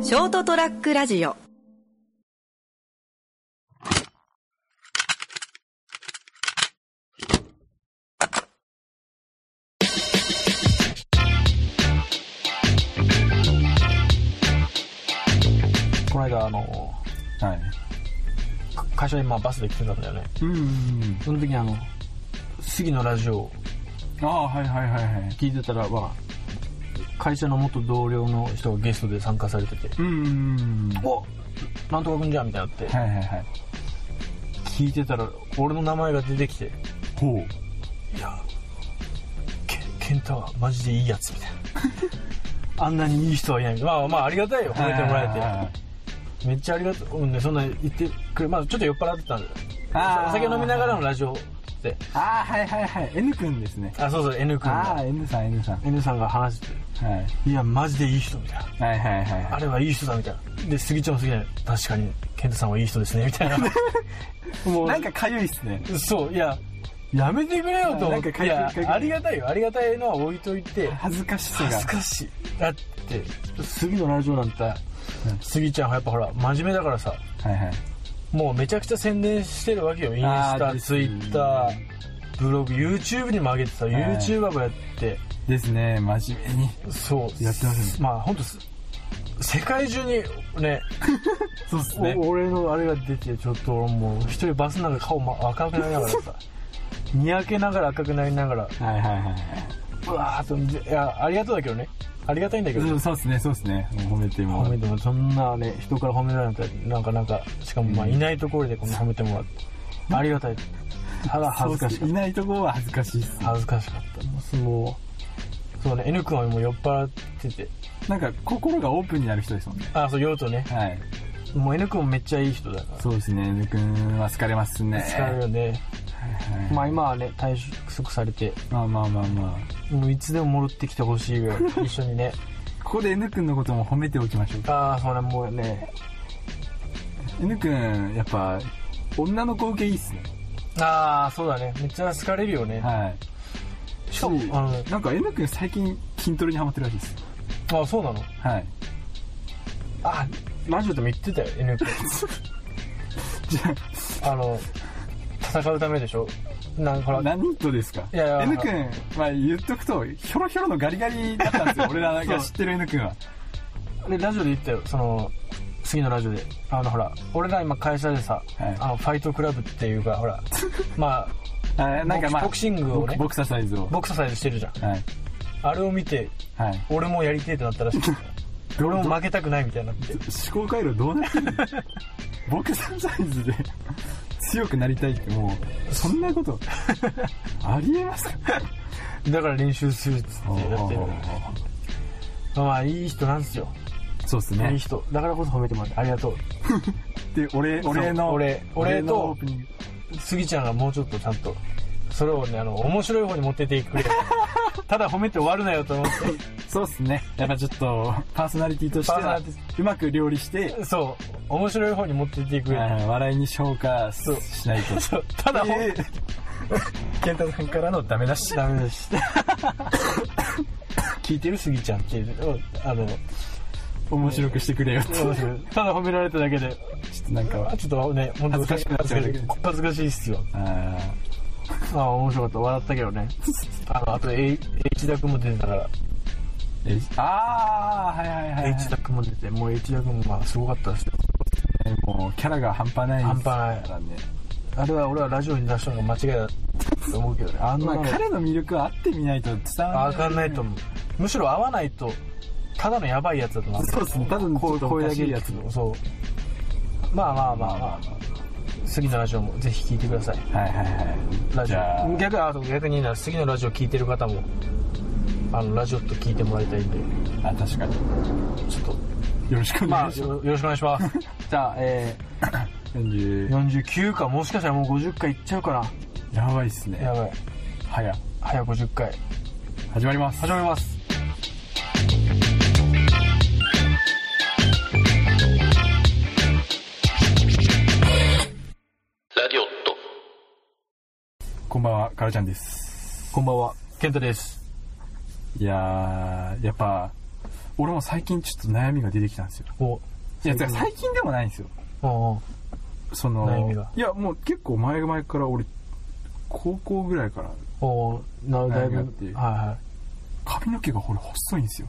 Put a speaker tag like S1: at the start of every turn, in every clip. S1: ショートトラックラジオ
S2: この間あの
S3: はい。
S2: か会社にまあバスで来てたんだよね
S3: うんうんうん。
S2: その時にあの杉のラジオを
S3: ああ、はいはいはいはい。
S2: 聞いてたらまあ会社の元同僚の人がゲストで参加されてて
S3: うんうんうん。
S2: 「おなんとかくんじゃん」みたいになって
S3: はいはいはい。
S2: 聞いてたら俺の名前が出てきて「
S3: ほう。
S2: いやケケンタはマジでいいやつ」みたい なあんなにいい人はいないまあまあありがたいよ褒めてもらえてめっちゃありがとう、うんね、そんな言ってくれまあちょっと酔っ払ってたんだよ
S3: あー
S2: お酒飲みながらのラジオって
S3: ああ、はいはいはい。N 君ですね。
S2: あそうそう N 君
S3: あ
S2: が
S3: あ、N さん N さん。は
S2: N さんが話してて
S3: い。
S2: いや、マジでいい人みたい
S3: はいはいはい
S2: な。あ
S3: は
S2: れはいい人だみたいな。で、杉ちゃんも杉ちゃん、確かに、健太さんはいい人ですね、みたい な。も
S3: い。
S2: う、
S3: なんかかゆいっすね。
S2: そう、いや、やめてくれよと思って。
S3: なんか
S2: いや
S3: 書いてる書いて、る
S2: ありがたいよ。ありがたいのは置いといて、
S3: 恥ずかしさ
S2: 恥
S3: が
S2: ず。かしい。だって、杉のラジオなんて、杉ちゃんはやっぱほら、真面目だからさ、
S3: はいはい。
S2: もうめちゃくちゃ宣伝してるわけよ。インス
S3: あー
S2: タ、
S3: です
S2: ツ
S3: ね
S2: イッター、ブログ、YouTube にも上げてさ、YouTuber もやって、
S3: ですね、真面目に。
S2: そう。
S3: やってますね
S2: まあ、ほんとす、世界中にね、
S3: そうっす
S2: お
S3: ね。
S2: 俺のあれが出てちょっと俺もう一人バスの中で顔、ま、赤くなりながらさ にやけながら赤くなりながら
S3: はいはいは
S2: うわーっと見ていやありがとうだけどねありがたいんだけ
S3: い
S2: ど、
S3: はい。そうっすね、そうっすね。もう褒めても
S2: 褒
S3: ら
S2: め
S3: って。
S2: てもそんなね人から褒められたらなんかなんかしかもまあいないところでこんな褒めてもらって、ありがたいただ恥ずかし
S3: そ
S2: か
S3: うっす
S2: っ
S3: いないとこは恥ずかしいっす
S2: た。恥ずかしかったもうそうね N 君はもう酔っ払ってて
S3: なんか心がオープンになる人ですもんね。
S2: あそう酔うとね
S3: はい。
S2: もう N 君もめっちゃいい人だから
S3: そうですね、N 君は好かれますね。
S2: 使うよね、
S3: はい
S2: まあ今はね退職されて
S3: まあまあまあまあ。
S2: もういつでも戻ってきてほしいぐらい一緒にね
S3: ここで N 君のことも褒めておきましょうか
S2: ああそれもうね
S3: N 君やっぱ女の子受けいいっすね
S2: ああそうだねめっちゃ好かれるよね
S3: はい
S2: しかもあの
S3: なんか N 君最近筋トレにハマってるらしいっす
S2: あそうなの
S3: はい
S2: あラジオでも言ってたよ N 君
S3: じゃ
S2: あの戦うためでしょなんか
S3: あ
S2: ほら
S3: 何とですか
S2: いやいや
S3: N 君、まあ、言っとくとひょろひょろのガリガリだったんですよ俺らが知ってる N 君は
S2: でラジオで言ったよその次のラジオであのほら俺ら今会社でさ、
S3: はい
S2: あのファイトクラブっていうかほら まあ
S3: あなんかまあ
S2: ボクシングをね
S3: ボクボクサーサイズを
S2: ボクササイズしてるじゃん
S3: はい
S2: あれを見て
S3: はい
S2: 俺もやりてえってなったら しい俺も負けたくないみたいになって
S3: 思考回路どうなってんのボクサーサイズで強くなりたいってもうそんなことありえますか
S2: だから練習するっつってやってるまあいい人なんですよ
S3: そうっす
S2: いい
S3: ね。
S2: 人だからこそ褒めてもらってありがとう
S3: で、俺、俺の、
S2: 俺俺
S3: の
S2: と
S3: オープニング
S2: スギちゃんがもうちょっとちゃんとそれをねあの面白い方に持ってって くれただ褒めて終わるなよと思っ
S3: そうっすね。やっぱちょっと、パーソナリティとして
S2: パーソナ
S3: は
S2: リティ、
S3: うまく料理して、
S2: てそう面白い方に持ってってく
S3: うん
S2: れ
S3: 笑いに消化し
S2: そう
S3: ないと。
S2: そうただほ
S3: っていう健太さんからのダメ出し。
S2: ダメで した聞いてるスギちゃんっていううんあの
S3: 面白くしてくれよって。ちょ
S2: ただ褒められただけで
S3: っとなんか、
S2: あちょっとね本当
S3: 恥ずかしくなっちゃう
S2: 恥ずかしい恥ずかしいっすよ
S3: あ
S2: ああ面白かった笑ったけどねあのあと H ダ君も出てたから
S3: ーえあー、はいはいはい、は
S2: H ダ君も出てもう H ダ君もまあすごかったですよ
S3: い。もう、キャラが半端ない
S2: 半端ない
S3: からね。
S2: あれは俺はラジオに出したのが間違いだと思うけどねあん
S3: ま
S2: な
S3: あ、
S2: の
S3: 彼の魅力はあってみないと伝わ
S2: あ
S3: ら
S2: か
S3: ない。
S2: んないと思うむしろ合わないとただのヤバいやつだと思う
S3: そうっすね。ただのちょっとお
S2: 声
S3: か
S2: だ
S3: し
S2: け
S3: い
S2: や
S3: や
S2: つ
S3: つの。
S2: そうまあまあまあまあ次のラジオもぜひ聞いてください
S3: はいはいはい。
S2: ラジ
S3: じゃあ
S2: オ逆あと逆にな次のラジオ聞いてる方もあのラジオと聞いてもらいたいんで
S3: あ、確かに。
S2: ちょっと
S3: よろしくお
S2: ま
S3: 願
S2: あ
S3: いしま
S2: よよろしくお願いします じゃあえ
S3: す。40
S2: 49かもしかしたらもう50回いっちゃうか
S3: やばいっす
S2: なや
S3: ね。
S2: ばい
S3: 早。
S2: 早50回
S3: 始まります。
S2: 始まります
S4: ラディオット。
S3: こんばんは、かラちゃんです。
S2: こんばんは健太です
S3: いやー、やっぱ、俺も最近ちょっと悩みが出てきたんですよ。
S2: お
S3: いや、てか最近でもないんですよ。
S2: あ
S3: その、
S2: 悩みが
S3: いや、もう結構前々から俺、高校ぐらいから
S2: あおなだいぶは
S3: 悩みがあって
S2: いは
S3: 髪の毛がほら細いんですよ。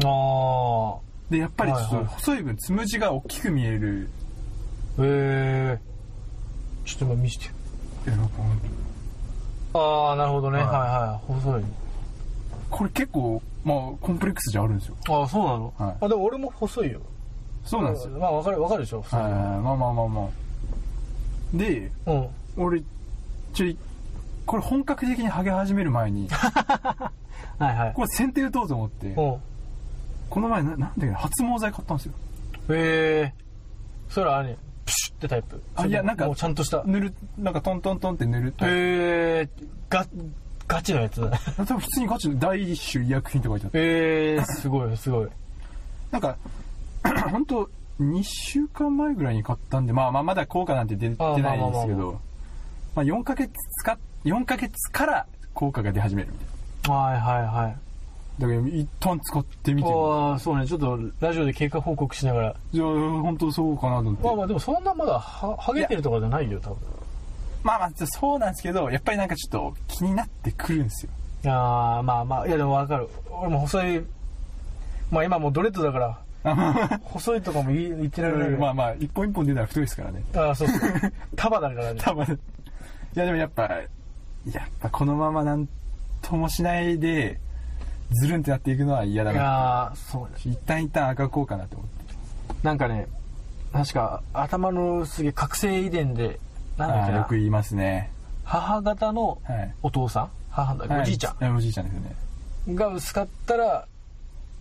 S2: いあ
S3: で、やっぱりちょっ
S2: はい
S3: と
S2: はい
S3: 細い分、つむじが大きく見える。
S2: あへえちょっと今見せて
S3: いやなんか
S2: ああなるほどね、
S3: はい
S2: はいはい細い
S3: これ結構、まあ、コンプレックスじゃあるんですよ。
S2: ああそうなの、
S3: はい
S2: あでも俺も細いよ
S3: そうなんですよ。
S2: まあわかるわかるでしょ普通
S3: は
S2: に
S3: いはいはい、まあまあまあまあ。で、
S2: うん
S3: 俺、ちょい、これ本格的にハゲ始める前 に、
S2: はいはい
S3: これ先手打とうと思って、
S2: うん
S3: この前な、なんだっけな、発毛剤買ったんですよ。
S2: へえそれはあれねプシュってタイプ
S3: あいやなんか
S2: もうちゃんとしたへ
S3: 塗る、なんかトントントンって塗ると、
S2: えガガチの やつだ
S3: 多分普通にガチの第一種医薬品とか書いてあって、
S2: へえすごいすごい
S3: なんか、 本当2週間前ぐらいに買ったんで、まあまあまだ効果なんて出出
S2: あー
S3: ないんで
S2: まあまあま
S3: すけ
S2: あま
S3: ど、まあ4ヶ月使っ、4ヶ月から効果が出始めるみたいな。
S2: はいはいはい
S3: だから一旦使ってみても。
S2: ああそうねちょっとラジオで経過報告しながら
S3: じゃあ、本当そうかなと思って。
S2: まあまあでもそんなまだはハゲてるとかじゃないよ多分
S3: まあまあ、そうなんですけど、やっぱりなんかちょっと気になってくるんですよ。
S2: ああまあまあいやでもわかる俺も細いまあ今もうドレッドだから細いとかも言い言ってられないけど
S3: まあまあ、一本一本出たら太いですからね。
S2: ああそう そう束だからね
S3: 多分。いやでもやっぱ、やっぱこのままなんともしないで、ずるんってなっていくのは嫌だ
S2: い
S3: な。
S2: やーそうです
S3: 一旦一旦赤こうかなと思って。
S2: なんかね確か頭のすげえ覚醒遺伝でなんだっ
S3: あ
S2: け
S3: あよ
S2: な
S3: く言いますね。
S2: 母方の
S3: はい。
S2: お父さん母だ
S3: は
S2: おじいちゃ。
S3: はおじいちゃんですよね。
S2: んが薄かったら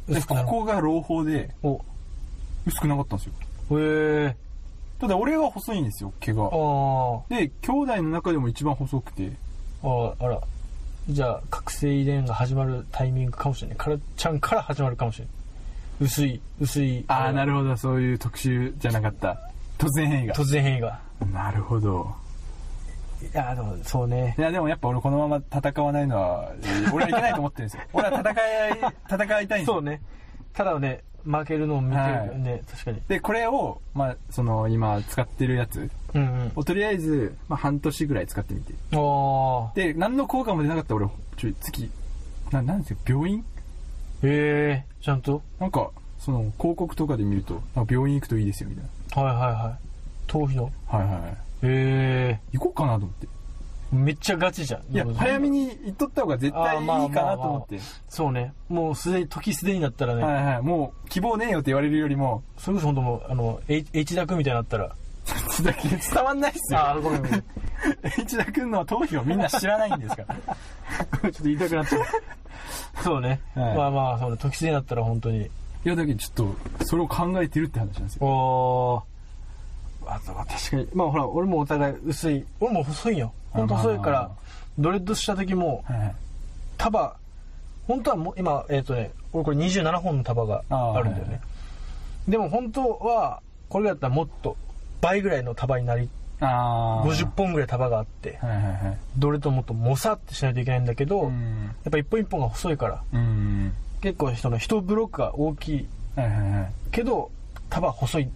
S3: で、
S2: 薄く
S3: こ
S2: なる
S3: こが朗報で、
S2: お
S3: 薄くなかったんですよ。
S2: へえ
S3: ただ俺は細いんですよ、毛が
S2: あ。ー
S3: で、兄弟の中でも一番細くて。
S2: あーあらじゃあ覚醒遺伝が始まるタイミングかもしれないからちゃんから始まるかもしれない薄い薄い
S3: ああ、な
S2: る
S3: るほど、そういう特集じゃなかった。突然変異が。
S2: 突然変異が
S3: なるほど。
S2: いやーでもそうね
S3: いや、でもやっぱ俺このまま戦わないのは、えー俺はいけないと思ってるんですよ。 俺は戦い、戦いたいんで す
S2: そう
S3: よ。
S2: ねただね負けるのを見てるね、確かに
S3: で、これを、まあ、その、今使ってるやつ
S2: うんうん
S3: をとりあえず、まあ、半年ぐらい使ってみて。
S2: あ
S3: で、何の効果も出なかったら俺、ちょい、月、な、なんですよ、病院
S2: あへえちゃんと
S3: なんか、その、広告とかで見ると、なんか病院行くといいですよ、みたい
S2: はいはいはい頭皮の
S3: な。はいはいはい。
S2: へ
S3: 行こうかなと思って。
S2: えめっちゃガチじゃん
S3: いや、早めに行っとった方が絶対いいかなと思って。
S2: そうねもうすでに時すでになったらね、
S3: はいはい。もう、希望ねえよって言われるよりも、
S2: それこそ本当もうあの H, H ダクみたいになったら
S3: だけ伝わんないっすよ。
S2: あーごめんごめん
S3: 内田君の頭皮をみんな知らないんですか
S2: ち
S3: ら。
S2: ょっと言いたくなっちゃうそうね、
S3: はい
S2: まあまあその時すでになったら本当に
S3: いや、だけどちょっと、それを考えてるって話なんですよ。
S2: おーあとは確かにまあほら俺もお互い薄い俺も細いよ本当細いか
S3: あまあ
S2: ら
S3: まあ
S2: ドレッドした時も
S3: はいはい。
S2: 束本当はもう今えっ、とね俺これ27本の束があるんだよ
S3: あーはいは
S2: ねでも本当はこれだったらもっと倍ぐらいの束になり
S3: あー
S2: 50。本ぐらい束があって
S3: はいはいはい。
S2: どれともっともさってしないといけないんだけど、
S3: う
S2: や
S3: ん。
S2: っぱ一本一本が細いから
S3: うん。
S2: 結構その1ブロックが大きい
S3: はいはいはい。
S2: けど束細い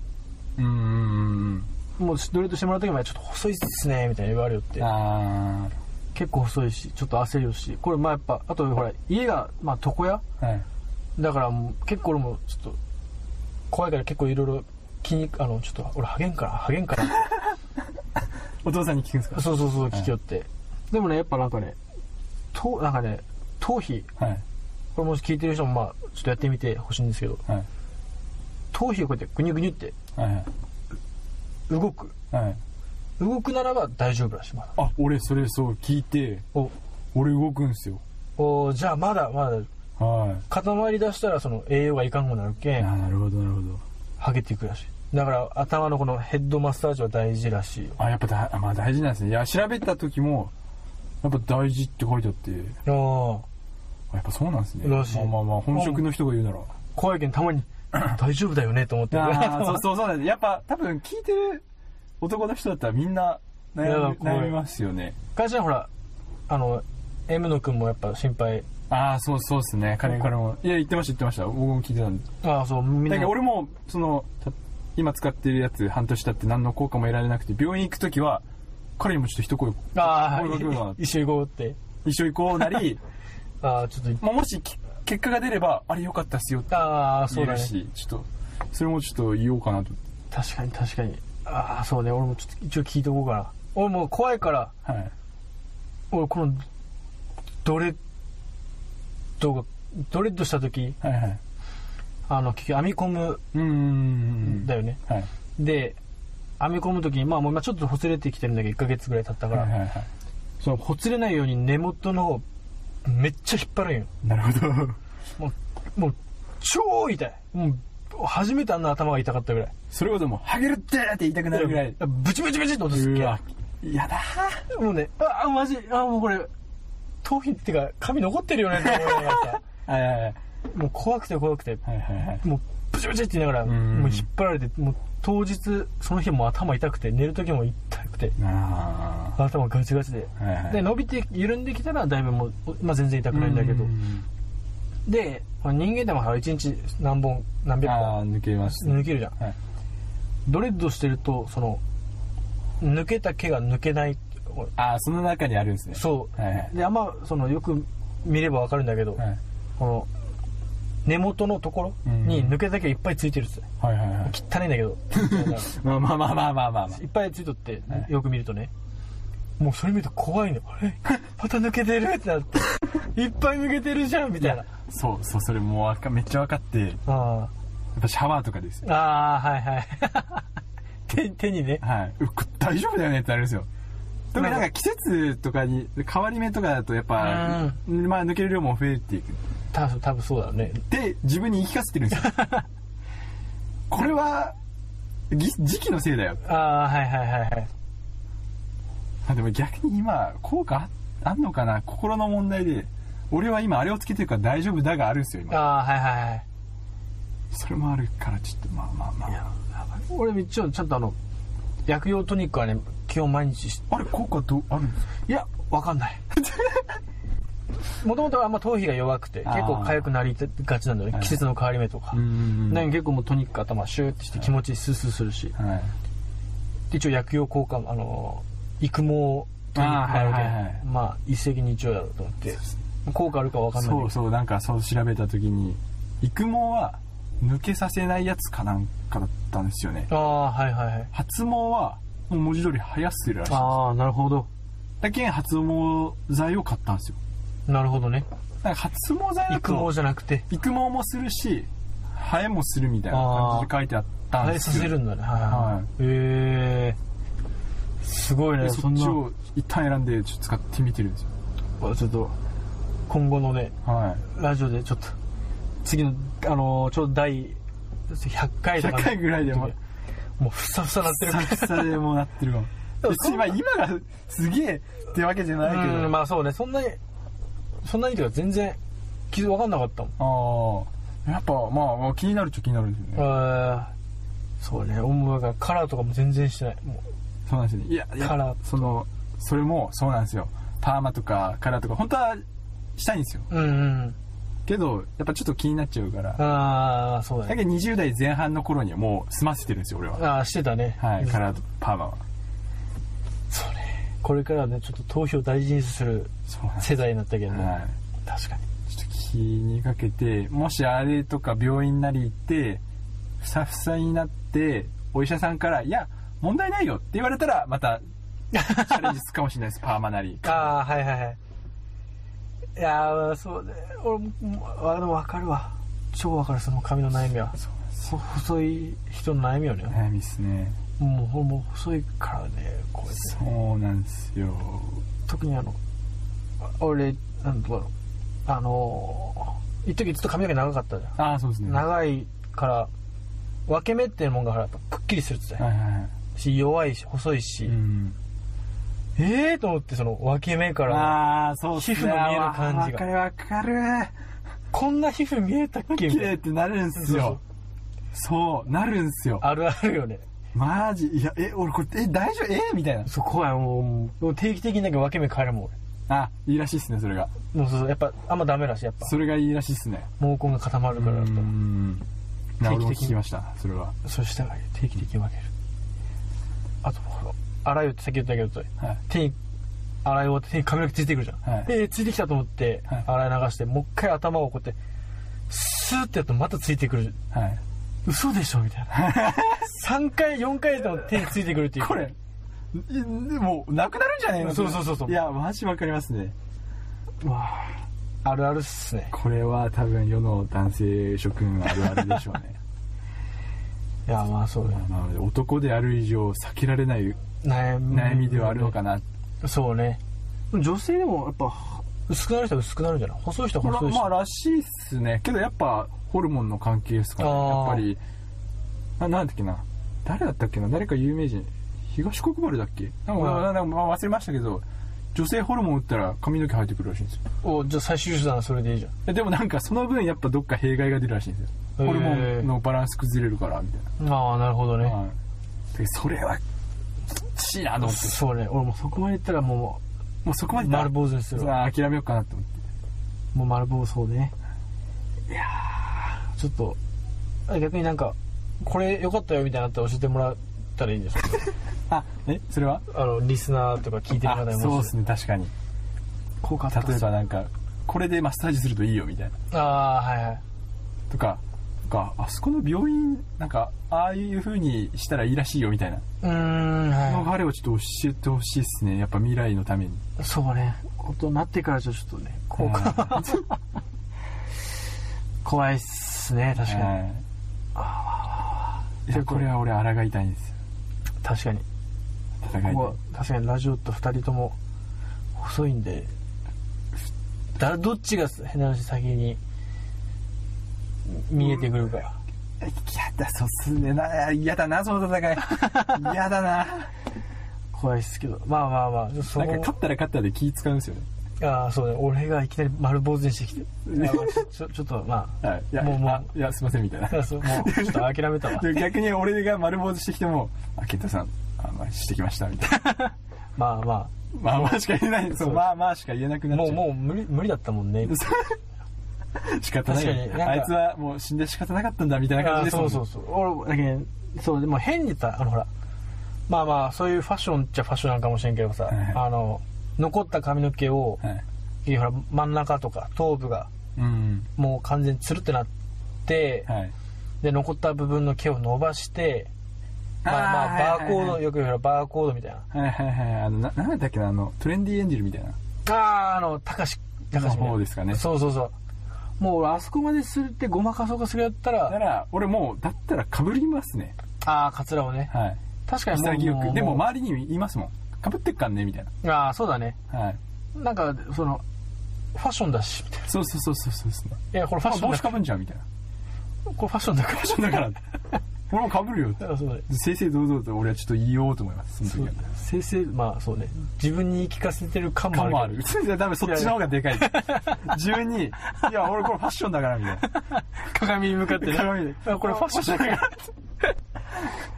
S3: うん。
S2: もうどれとしてもらった時もちょっと細いっすねみたいな言われよって
S3: あ
S2: 結構細いしちょっと焦るしこれまあやっぱあとほら家がまあ床屋
S3: ー。はい。
S2: だからもう結構俺もちょっと怖いから結構いろいろ気にあのちょっと俺ハゲんからハゲんから
S3: お父さんに聞くんですか
S2: そうそうそう聞きよって、でもねやっぱなんかねとなんかね頭皮
S3: はい。
S2: これもし聞いてる人もまあちょっとやってみてほしいんですけど
S3: はい。
S2: 頭皮をこうやってグニュグニュって
S3: はい
S2: 動く
S3: はい。はい。
S2: 動くならば大丈夫らしいまだ
S3: あ、俺それそう聞いて、
S2: お
S3: 俺動くんすよ。
S2: おじゃあまだまだ
S3: は
S2: 固まりだしたらその栄養がいかんごなる
S3: い。
S2: けん
S3: あーなるほどなるほど。
S2: ハゲていくらしいだから頭のこのヘッドマッサージは大事らしいよ
S3: あ、やっぱだ、あまあ大事なんですね。いや、調べた時も、やっぱ大事って書いてあって、
S2: ああ
S3: あやっぱそうなんですね。
S2: らしい
S3: まあまあまあ、本職の人が言うなら。
S2: 怖いけんたまに 大丈夫だよねと思って
S3: あ あ、そうそうそうなんです。やっぱ多分聞いてる男の人だったらみんない
S2: や
S3: 悩み
S2: これ
S3: 悩みますよね。
S2: 会社ほらあの M 野君もやっぱ心配
S3: ああ、そうそうですね。彼からも。いや、言ってました、言ってました。僕も聞いてたんで。
S2: ああそうみん
S3: だ
S2: な
S3: けど俺も、その、た今使ってるやつ半年経って何の効果も得られなくて、病院行くときは、彼にもちょっと一声、
S2: あ
S3: 声かけようかな
S2: あ一緒に行こうって
S3: 一緒行こう なり、
S2: ああちょっと
S3: まあもしき結果が出れば、あれ良かったっすよって
S2: ああそ
S3: 言
S2: う
S3: え
S2: だ
S3: る
S2: ね
S3: し、ちょっと、それもちょっと言おうかなと。
S2: 確かに確かにああそうね俺もちょっと一応聞いておこうかな俺もう怖いから
S3: はい。
S2: 俺このドレッドがドレッドした時
S3: はいはい。
S2: あの結局編み込む
S3: うーん。
S2: んだよね、
S3: はい。
S2: で編み込む時にまあもう今ちょっとほつれてきてるんだけど1ヶ月ぐらい経ったか
S3: はい
S2: ら、
S3: はいは
S2: そのほつれないように根元の方めっちゃ引っ張るんよ
S3: い。なるほど。
S2: もうもう超痛いもう初めてあんな頭が痛かったぐらい
S3: それこそもう、ハゲるってって言いたくなるぐらい。
S2: ブチブチブチって音すっ
S3: う
S2: げえ
S3: わ、やだ
S2: もうね、あ、あマジ、あ、もうこれ、頭皮ってか、髪残ってるよねって思いながら さ、
S3: ー。はいはいはい。
S2: もう怖くて怖くて、
S3: はいはいはい。
S2: もう、ブチブチって言いながら、
S3: ん
S2: もう引っ張られて、もう当日、その日も頭痛くて、寝る時も痛くて、
S3: あ
S2: 頭ガチガチで。
S3: あ。はいはい。
S2: で、伸びて、緩んできたら、だいぶもう、まあ、全然痛くないんだけど
S3: う、ん
S2: で、まあ人間でも1日何本、何百
S3: あ
S2: 本
S3: あ、抜けますね。
S2: 抜けるじゃん。
S3: はい。
S2: ドレッドしてると、その、抜けた毛が抜けない、
S3: ああ、その中にあるんですね。
S2: そ。
S3: はいはいう
S2: で、あんま、その、よく見ればわかるんだけど、
S3: はい。
S2: この根元のところに抜けた毛いっぱいついてるっつ
S3: はいはいはい。
S2: 汚いんだけ ど
S3: まあまあまあまあまあまあま
S2: いっぱいついとって
S3: はい
S2: よく見るとねもうそれ見ると怖いのあれまた抜けてるってなって いっぱい抜けてるじゃんみたいな
S3: あ。そうそう、それもうわかめっちゃ分かって、やっ
S2: あ
S3: ぱシャワーとかですよ。
S2: ーあーはいはい 手手にね
S3: はい。うっこ大丈夫だよねってあるんですよ。でもなんか季節とかに、変わり目とかだとやっぱ、まあ抜ける量も増えていく。
S2: 多分多分そうだろうね
S3: で、自分に言い聞かせてるん ですよ。これは、ぎ時期のせいだよ。
S2: ああはいはいはいはい
S3: あでも逆に今、効果ああんのかな心の問題で、俺は今あれをつけてるから大丈夫だがあるんですよ、今。
S2: ああーはいはいはい
S3: それもあるから、ちょっとまあまあまあ。
S2: 俺も一応ちゃんとあの薬用トニックはね基本毎日し
S3: あれ、効果どうあるんですか
S2: いや、わかんない。 もともとあんま頭皮が弱くて、
S3: あー
S2: 結構痒くなりがちなんだよね。季節の変わり目とか。
S3: ん
S2: なんか結構もうトニック頭シューってして気持ちスースーするし。
S3: はい。
S2: で一応薬用効果も、あのー、育毛トニックもあるわけ
S3: あーはいはいはい
S2: まあ、一石二鳥だろうと思って。効果あるかわかんないん
S3: そ
S2: だ
S3: う
S2: け
S3: そう、なんかそう調べた時に、育毛は抜けさせないやつかなんかだったんですよね。
S2: ど。ああー、はいはいはい。
S3: 発毛は、もう文字通り生やしてるらしい。
S2: ああ、なるほど。
S3: だけん発毛剤を買ったんですよ。
S2: なるほどね。
S3: なんか発毛剤だ
S2: 育毛
S3: と、
S2: じゃなくて、
S3: 育毛もするし、生えもするみたいな感じで書いてあったん
S2: 生え
S3: です
S2: さ
S3: よ。
S2: せるんだね。はいはい
S3: はい
S2: はい。へえー。すごいね、
S3: で
S2: そ
S3: そ
S2: ん
S3: っ
S2: な。
S3: ち
S2: ち
S3: を一旦選んで、ちょっと使ってみてるんですよ。
S2: ょっと、今後のね、
S3: は
S2: ラジオでちょっと次のあのーちょうど第100
S3: い。
S2: 回とか
S3: 100回ぐらいでもう、
S2: もうふさふさなってる
S3: さっさでもうなってるかも。別にまあ今がすげえってわけじゃないけ
S2: う
S3: ど。
S2: んまあそうねそんなにそんなにというか全然気づ分かんなかったもん
S3: ああやっぱまあまあ気になるっちゃ気になるんですよね
S2: あーそうね思うがカラーとかも全然してないも
S3: そうなんですよねいやい
S2: カラ
S3: や
S2: ー
S3: そのそれもそうなんですよパーマとかカラーとか本当はしたいんですよ
S2: ううんうん
S3: けどやっぱちょっと気になっちゃうから
S2: ああそうだ
S3: だ
S2: ね
S3: けど20代前半の頃にはもう済ませてるんですよ俺は
S2: ああしてたね
S3: はい
S2: うん
S3: カラーとパーマは
S2: そうねこれからはねちょっと投票を大事にする
S3: そうなんです
S2: 世代になったけどね、
S3: はい
S2: 確かに
S3: ちょっと気にかけてもしあれとか病院なり行ってふさふさになってお医者さんから「いや問題ないよ」って言われたらまたチャレンジするかもしれないですパーマなり
S2: ああはいはいはいいやーそうね俺ももあでも分かるわ超分かるその髪の悩みは
S3: そう
S2: そう細い人の悩みよね
S3: 悩みですね
S2: もうほもう細いからねこれ
S3: そうなんですよ
S2: 特にあのあ俺なんだろうあのー一時ずっと髪の毛長かったじゃ
S3: ああそうですね
S2: ん
S3: はい
S2: 長いから分け目っていうもんがほらやっぱくっきりするって言ってた
S3: は
S2: よ
S3: いは
S2: し弱いし細いし、
S3: いうん
S2: ええー、と思ってその分け目から
S3: ああそうっ
S2: 皮膚の見える感じが
S3: わかるわか
S2: こんな皮膚見えたっけ
S3: る
S2: み
S3: 綺
S2: たい
S3: 麗
S2: な
S3: ってなるんすよそうなるんすよ
S2: あるあるよね
S3: マジいやえ俺これえ大丈夫えみたいな
S2: そう怖いもうもう定期的になんか分け目変えるもん
S3: あいいらしいっすねそれが
S2: もうそうそうやっぱあんまダメらしいやっぱ
S3: それがいいらしいっすね
S2: 毛根が固まる
S3: う
S2: からだと
S3: んな
S2: 定期的に
S3: 俺も聞きましたそれは
S2: そしたら定期的に分けるあとほら洗いよってさっき言ったけど
S3: はい
S2: 手に洗い終わって手に髪の毛ついてくるじゃん、
S3: はい
S2: でついてきたと思って
S3: はい
S2: 洗い流して、もう一回頭をこうやってスーってやるとまたついてくる
S3: はい
S2: 嘘でしょみたいな3回4回でも手についてくるっていう
S3: これいでもうなくなるんじゃねえの
S2: そうそうそうそう
S3: やマジわかりますね
S2: うわああるあるっすね
S3: これは多分世の男性諸君あるあるでしょうね
S2: いやまあそうだ
S3: ま
S2: よ
S3: あなので男である以上避けられない
S2: 悩み
S3: 悩みではあるのかな、
S2: そうね
S3: 女性でもやっぱ
S2: 薄くなる人は薄くなるんじゃない細い人は
S3: まあ
S2: 細い人、
S3: まあらしいっすねけどやっぱホルモンの関係ですかね
S2: あー
S3: やっぱりななんだっけな誰だったっけな誰か有名人東国原だっけなんか、
S2: うん
S3: なんかまあ忘れましたけど女性ホルモン打ったら髪の毛生えてくるらしいんですよ
S2: おじゃあ最終手段はそれでいいじゃん
S3: えでもなんかその分やっぱどっか弊害が出るらしいんですよ
S2: へー
S3: ホルモンのバランス崩れるからみたい
S2: ああなるほどね、
S3: な、はいでそれはきっちいなと思って
S2: そうね俺もうそこまでいったらも
S3: もうそこま
S2: う
S3: で
S2: 丸坊主にするわ
S3: あ諦めようかなと思って
S2: もう丸坊主でねいやちょっとあ逆になんかこれ良かったよみたいなのあったら教えてもらったらいいんですか
S3: あえそれは
S2: あのリスナーとか聞いてる方
S3: あ
S2: に
S3: そう
S2: も
S3: ですね確かに
S2: 効果あった
S3: 例えばなんかこれでマッサージするといいよみたいな
S2: ああはいはい
S3: とかとかあそこの病院なんかああいう風にしたらいいらしいよみたいな
S2: うーん
S3: のが
S2: は
S3: あればちょっと教えてほしいですねやっぱ未来のために
S2: いそうね大人になってからじゃちょっとね効果
S3: 果
S2: 怖いっすね確かに、
S3: いやこれは俺抗いたいんですよ
S2: 確かに
S3: 戦いたい
S2: ここは確かにラジオと2人とも細いんでだどっちが変な話先に見えてくるか
S3: 嫌だそうっすねな嫌だなそ の戦い嫌だな
S2: 怖いっすけどまあまあまあそ
S3: なんか
S2: の
S3: 勝ったら勝ったで気使うんですよね
S2: ああそうね俺がいきなり丸坊主にしてき てあまあちょちょっとま
S3: はいいや
S2: もうもう
S3: あいやすいませんみたいな
S2: あ そうもうちょっと諦めた わ
S3: で逆に俺が丸坊主してきても「あ健太さんあまあしてきました」みたいな
S2: まあま
S3: 「まあまあ」しか言えないそう「まあまあ」しか言えなく
S2: あ
S3: なっちゃ
S2: もうもう
S3: う
S2: 無理無理だったもんね
S3: そう仕方ないよ
S2: 確かになんか
S3: あいつはもう死んで仕方なかったんだみたいな感
S2: あ
S3: じ
S2: あ
S3: ですも
S2: そ
S3: ん
S2: うそうそう俺だけどそうでも変にさあのほらまあまあそういうファッションっちゃファッションなんかもしれんけどさ、
S3: はい
S2: あの残った髪の毛を、
S3: はい
S2: ほら真ん中とか頭部が
S3: うん
S2: もう完全につるってなって、
S3: はい
S2: で残った部分の毛を伸ばしてまあまあバーコード、
S3: はい
S2: よく言うほらバーコードみたいな
S3: はいはいはいあのななんだっけなあのトレンディエンジェルみたいな
S2: あああの高し高し
S3: の方ですかね
S2: そうそうそうもう俺あそこまでするってごまかそうかするやった
S3: だからら俺もうだったらかぶりますね
S2: ああカツラをね
S3: はい
S2: 確かにもう
S3: 潔
S2: もう
S3: くでも周りに言いますもんかぶってっかんねみたい
S2: ああそうだね
S3: なはい
S2: なんかそのファッションだしみたいな
S3: そうそうそうそうそうですね
S2: いやこれファッ
S3: あ
S2: ション
S3: 帽
S2: だ
S3: 子
S2: か
S3: かぶんじゃんみたいな
S2: らこれファッションだから
S3: 帽子だから俺もかぶるよ
S2: だからそうだね
S3: 正々堂々と俺はちょっと言おうと思います そ
S2: そ
S3: の時
S2: う
S3: は
S2: 先生まあそうね自分に言い聞かせてる感もあるけど
S3: ある。いや、多分そっちの方がでかい。自分に、いや、俺これファッションだから、みたいな。
S2: 鏡に向かって ね
S3: 鏡で
S2: あこれファッションだから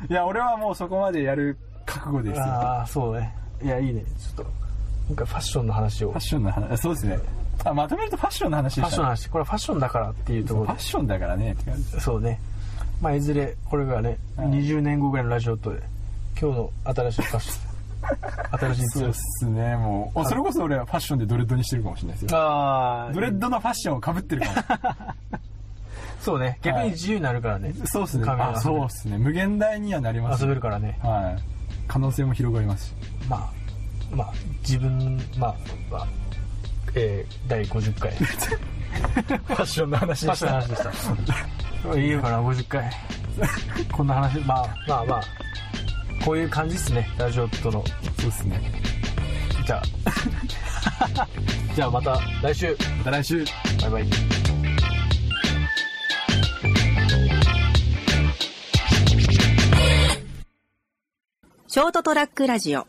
S3: いや、俺はもうそこまでやる覚悟ですよ。フ
S2: ああそうねいやいいねちょっと今回ファッションの話をフ
S3: ァッ
S2: ァ
S3: ションの話、そうですね。あ、まとめるとファッションの話で
S2: ッション
S3: し
S2: の
S3: たね。
S2: 話これはファッションだからっていうとこ
S3: フ
S2: ろ
S3: ァッションだからね、って感じ。
S2: でそうねまあいずれこれがね、
S3: うん
S2: 20年後ぐらいのラジオとで今日の新しいファッション新しい
S3: そうですね、もう。おそれこそ俺はファッションでドレッドにしてるかもしれないですよ。
S2: ああ
S3: ドレッドのファッションを被ってるかもしれない。
S2: そうね逆に自由になるからね、
S3: そうですね。
S2: 髪が
S3: あ、そうですね。無限大にはなります
S2: 遊。べるからね
S3: はい。可能性も広がりますし。
S2: まあまあ自分まあ、まあえー、第50回 フ
S3: ファッションの話
S2: ァッションの話でしたいいのかな50回こんな話まあまあまあこういう感じですねラジオとの
S3: そうですね。
S2: じゃあ じゃあまた来週
S3: また来週。
S2: バイバイ
S1: ショートトラックラジオ